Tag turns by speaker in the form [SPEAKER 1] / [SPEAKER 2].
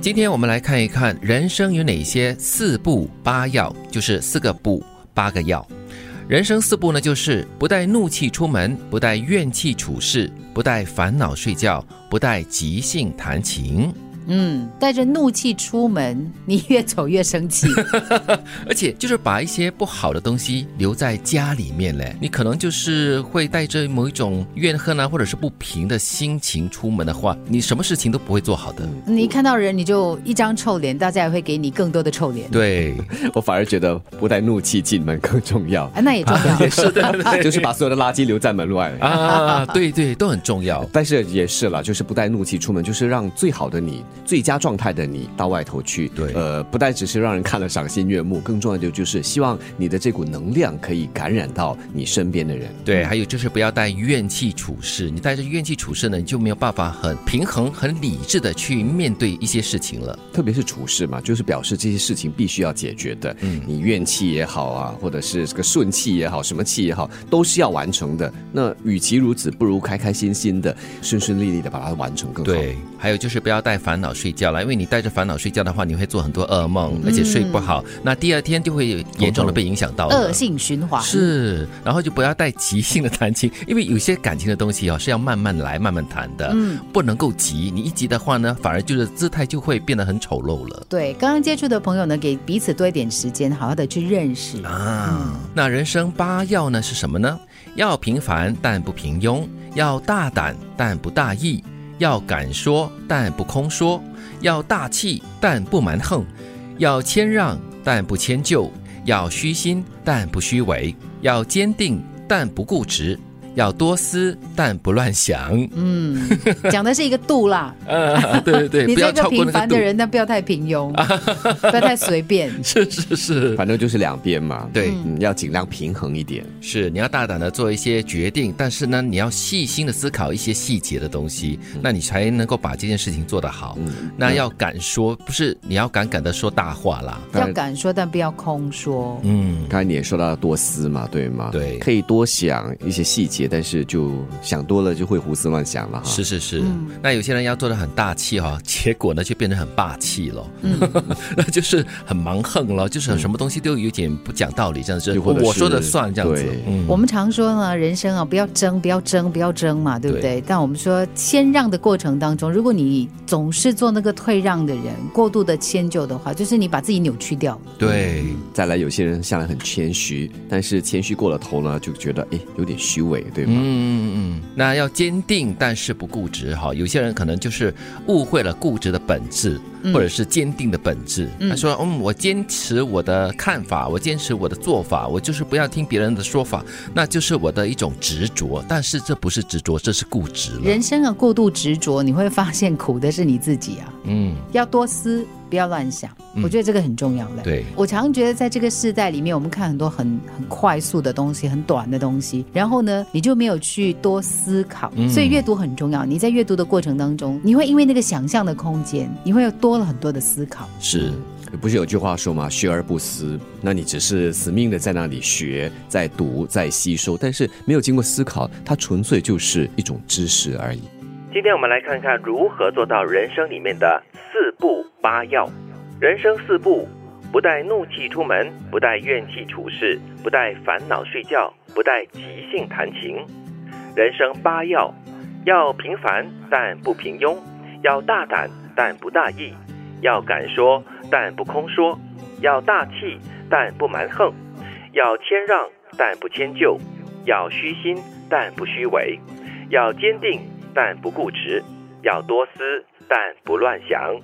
[SPEAKER 1] 今天我们来看一看人生有哪些四不八要，就是四个不八个要。人生四不呢，就是不带怒气出门，不带怨气处事，不带烦恼睡觉，不带即兴弹琴。
[SPEAKER 2] 嗯，带着怒气出门， 你越走越生 气。
[SPEAKER 1] 而且就是把一些不好的东西留在家里面嘞，你可能就是会带着某一种怨恨啊，或者是不平的心情出门的话，你什么事情都不会做好的。
[SPEAKER 2] 你一看到人，你就一张臭脸，大家也会给你更多的臭脸。
[SPEAKER 1] 对，
[SPEAKER 3] 我反而觉得不带怒气进门更 重要，
[SPEAKER 2] 啊，那也重要。
[SPEAKER 1] 是的
[SPEAKER 3] 就是把所有的垃圾留在门外。
[SPEAKER 1] 啊，对对，都很重要。
[SPEAKER 3] 但是也是啦，就是不带怒气出门，就是让最好的你、最佳状态的你到外头去。
[SPEAKER 1] 对
[SPEAKER 3] 呃，不但只是让人看了赏心悦目，更重要的就是希望你的这股能量可以感染到你身边的人。
[SPEAKER 1] 对，还有就是不要带怨气处事，你带着怨气处事呢，你就没有办法很平衡、很理智的去面对一些事情了。
[SPEAKER 3] 特别是处事嘛，就是表示这些事情必须要解决的。嗯，你怨气也好啊，或者是这个顺气也好，什么气也好，都是要完成的。那与其如此，不如开开心心的、顺顺利利的把它完成更好。
[SPEAKER 1] 对，还有就是不要带烦恼睡觉了，因为你带着烦恼睡觉的话，你会做很多噩梦，而且睡不好，那第二天就会严重的被影响到了
[SPEAKER 2] 恶性循环。
[SPEAKER 1] 是，然后就不要带急性的弹琴，因为有些感情的东西哦是要慢慢来、慢慢弹的，嗯，不能够急。你一急的话呢，反而就是姿态就会变得很丑陋了。
[SPEAKER 2] 对，刚刚接触的朋友呢，给彼此多一点时间，好好的去认识。
[SPEAKER 1] 啊，那人生八要呢是什么呢？要平凡但不平庸，要大胆但不大意，要敢说但不空说，要大气但不蛮横，要谦让但不迁就，要虚心但不虚伪，要坚定但不固执，要多思但不乱想。
[SPEAKER 2] 嗯，讲的是一个度啦。
[SPEAKER 1] 啊，对 对对，
[SPEAKER 2] 嗯你
[SPEAKER 1] 不
[SPEAKER 2] 这
[SPEAKER 1] 要
[SPEAKER 2] 个
[SPEAKER 1] 超过
[SPEAKER 2] 平
[SPEAKER 1] 那
[SPEAKER 2] 凡
[SPEAKER 1] 个
[SPEAKER 2] 的
[SPEAKER 1] 度。
[SPEAKER 2] 人，但不要太 平庸，不要太随便。
[SPEAKER 1] 是是是，
[SPEAKER 2] 嗯
[SPEAKER 3] 反正就是两边嘛。
[SPEAKER 1] 对。
[SPEAKER 3] 嗯，要尽量平衡一点。
[SPEAKER 1] 是，你要大胆的做一些决定，但是呢，你要细心的思考一些细节的东西，那你才能够把这件事情做得好。
[SPEAKER 3] 嗯
[SPEAKER 1] 嗯那要敢说，不是你要敢敢的说大话啦。
[SPEAKER 3] 当
[SPEAKER 2] 要
[SPEAKER 3] 然
[SPEAKER 2] 敢说，但不要空说。
[SPEAKER 1] 嗯，
[SPEAKER 3] 刚才你也说到要多思嘛，对吗？
[SPEAKER 1] 对
[SPEAKER 3] 可以多想一些细节，但是就想多了就会胡思乱想了哈。
[SPEAKER 1] 是是是。
[SPEAKER 2] 嗯
[SPEAKER 1] 那有些人要做的很大气哈、结果呢就变得很霸气了，
[SPEAKER 2] 嗯
[SPEAKER 1] 那就是很蛮横了，就是很什么东西都有点不讲道理，这样子，
[SPEAKER 3] 又或者
[SPEAKER 1] 我说的
[SPEAKER 3] 是
[SPEAKER 1] 算这样子
[SPEAKER 3] 对。
[SPEAKER 1] 嗯
[SPEAKER 2] 我们常说呢，人生啊，不要争，不要争，不要争嘛，对不对？但我们说谦让的过程当中，如果你总是做那个退让的人，过度的迁就的话，就是你把自己扭曲掉了。
[SPEAKER 1] 对。
[SPEAKER 3] 再来，有些人向来很谦虚，但是谦虚过了头呢，就觉得哎有点虚伪，对吗？
[SPEAKER 1] 嗯嗯嗯，那要坚定，但是不固执哈。有些人可能就是误会了固执的本质，
[SPEAKER 2] 嗯
[SPEAKER 1] 或者是坚定的本质。他说：“嗯，我坚持我的看法，我坚持我的做法，我就是不要听别人的说法，那就是我的一种执着。但是这不是执着，这是固执了。
[SPEAKER 2] 人生啊，过度执着，你会发现苦的是你自己啊。
[SPEAKER 1] 嗯，
[SPEAKER 2] 要多思，不要乱想。我觉得这个很重要嘞。
[SPEAKER 1] 对，
[SPEAKER 2] 我常觉得在这个世代里面，我们看很多很很快速的东西，很短的东西，然后呢，你就没有去多思考，
[SPEAKER 1] 嗯
[SPEAKER 2] 所以阅读很重要。你在阅读的过程当中，你会因为那个想象的空间，你会有多了很多的思考。
[SPEAKER 1] 是
[SPEAKER 3] 不是有句话说吗？学而不思，那你只是死命的在那里学、在读、在吸收，但是没有经过思考，它纯粹就是一种知识而已。
[SPEAKER 4] 今天我们来看看如何做到人生里面的四不八要。人生四不：不带怒气出门，不带怨气处事，不带烦恼睡觉，不带即兴弹琴。人生八要：要平凡但不平庸，要大胆但不大意，要敢说但不空说，要大气但不蛮横，要谦让但不迁就，要虚心但不虚伪。要坚定但不固执，要多思但不乱想。